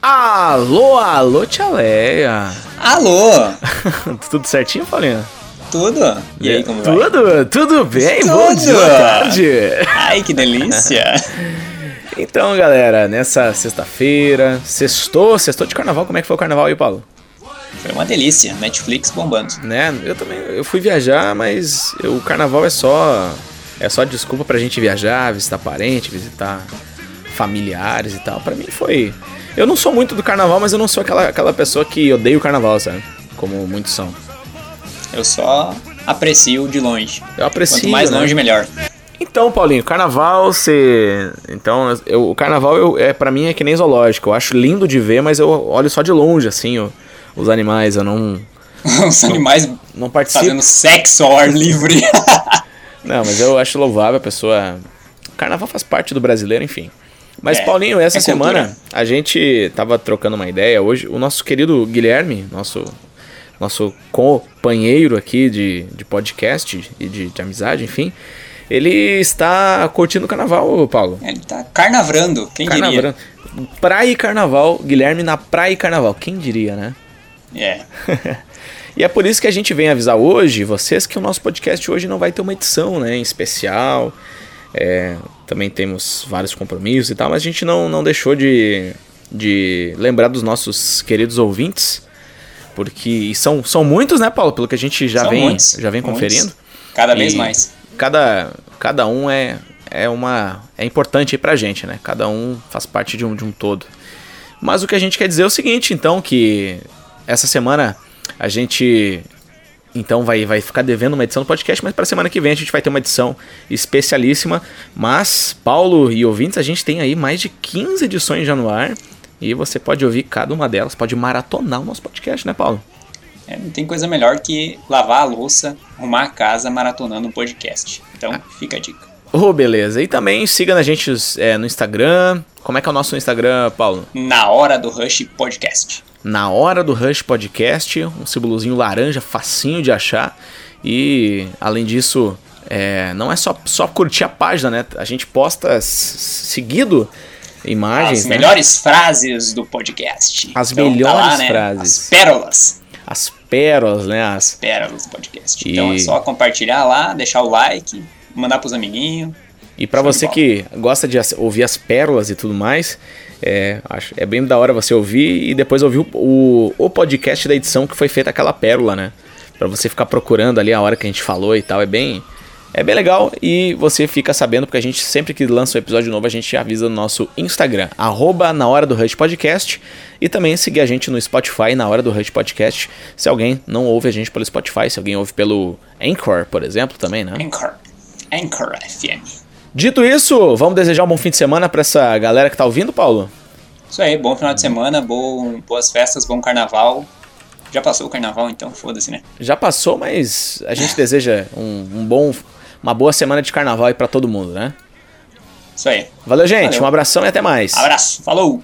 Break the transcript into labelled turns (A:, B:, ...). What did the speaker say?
A: Alô, alô, tia Leia.
B: Alô!
A: Tudo certinho, Paulinho? É,
B: Tudo? E aí, como vai?
A: tudo, tudo bem? Bom
B: Tudo.
A: dia, boa tarde.
B: Ai, que delícia!
A: Então, galera, nessa sexta-feira, sextou, sextou de carnaval, como é que foi o carnaval aí, Paulo?
B: Foi uma delícia, Netflix bombando.
A: Né? Eu também, eu fui viajar, mas eu- o carnaval é só é só desculpa pra gente viajar, visitar parente, visitar familiares e tal. Pra mim foi. Eu não sou muito do carnaval, mas eu não sou aquela aquela pessoa que odeia o carnaval, sabe? Como muitos são.
B: Eu só aprecio de longe.
A: Eu aprecio,
B: Quanto mais
A: né?
B: longe, melhor.
A: Então, Paulinho, carnaval, você. Então, eu- o carnaval eu, é para mim é que nem zoológico. Eu acho lindo de ver, mas eu olho só de longe, assim, o- os animais. Eu não,
B: Os animais
A: não participo.
B: fazendo sexo ao ar livre.
A: Não, mas eu acho louvável a pessoa. O carnaval faz parte do brasileiro, enfim. Mas,
B: É,
A: Paulinho, essa
B: é cultura.
A: semana a gente tava trocando uma ideia. Hoje, o nosso querido Guilherme, nosso, nosso companheiro aqui de, de podcast e de, de amizade, enfim, ele está curtindo o carnaval, Paulo.
B: Ele tá carnavrando, quem
A: Carnaval. Praia e carnaval, Guilherme na praia e carnaval. Quem diria, né?
B: diria? É.
A: E é por isso que a gente vem avisar hoje vocês que o nosso podcast hoje não vai ter uma edição né, em especial. É, também temos vários compromissos e tal, mas a gente não, não deixou de, de lembrar dos nossos queridos ouvintes. Porque e são, são muitos, né, Paulo? Pelo que a gente já
B: São
A: vem,
B: muitos,
A: já vem
B: muitos.
A: conferindo.
B: Cada
A: E
B: vez mais.
A: Cada, cada um é, é uma é importante aí pra gente, né? Cada um faz parte de um, de um todo. Mas o que a gente quer dizer é o seguinte, então, que essa semana a gente então vai, vai ficar devendo uma edição do podcast, mas pra semana que vem a gente vai ter uma edição especialíssima. Mas, Paulo e ouvintes, a gente tem aí mais de 15 edições já no ar. E você pode ouvir cada uma delas, pode maratonar o nosso podcast, né, Paulo?
B: É, não tem coisa melhor que lavar a louça, arrumar a casa, maratonando um podcast. Então,
A: Ah.
B: fica a dica.
A: Oh, beleza. E também siga a gente é, no Instagram. Como é que é o nosso Instagram, Paulo?
B: Na hora do Rush Podcast.
A: Na hora do Rush Podcast, um símbolozinho laranja, facinho de achar. E além disso, é, não é só, só curtir a página, né? A gente posta s- seguido imagens,
B: As
A: né?
B: melhores frases do podcast.
A: As
B: Então,
A: melhores
B: tá lá, né?
A: frases.
B: As pérolas.
A: as pérolas, né? As...
B: Pérolas do podcast.
A: E-
B: Então é só compartilhar lá, deixar o like, mandar pros amiguinhos.
A: E pra
B: Show de
A: você
B: bola.
A: que gosta de as- ouvir as pérolas e tudo mais, é, acho, é bem da hora você ouvir e depois ouvir o, o, o podcast da edição que foi feita aquela pérola, né? Pra você ficar procurando ali a hora que a gente falou e tal. É bem, é bem legal e você fica sabendo, porque a gente sempre que lança um episódio novo, a gente avisa no nosso Instagram, arroba na hora do Rush Podcast. E também seguir a gente no Spotify na hora do Rush Podcast. Se alguém não ouve a gente pelo Spotify, se alguém ouve pelo Anchor, por exemplo, também, né?
B: Anchor. Anchor FM.
A: Dito isso, vamos desejar um bom fim de semana pra essa galera que tá ouvindo, Paulo?
B: Isso aí, bom final de semana, bom, boas festas, bom carnaval. Já passou o carnaval, então foda-se, né?
A: Já passou, mas a gente deseja um, um bom, uma boa semana de carnaval aí pra todo mundo, né?
B: Isso aí.
A: Valeu, gente.
B: Valeu.
A: Um abração e até mais.
B: Abraço, falou!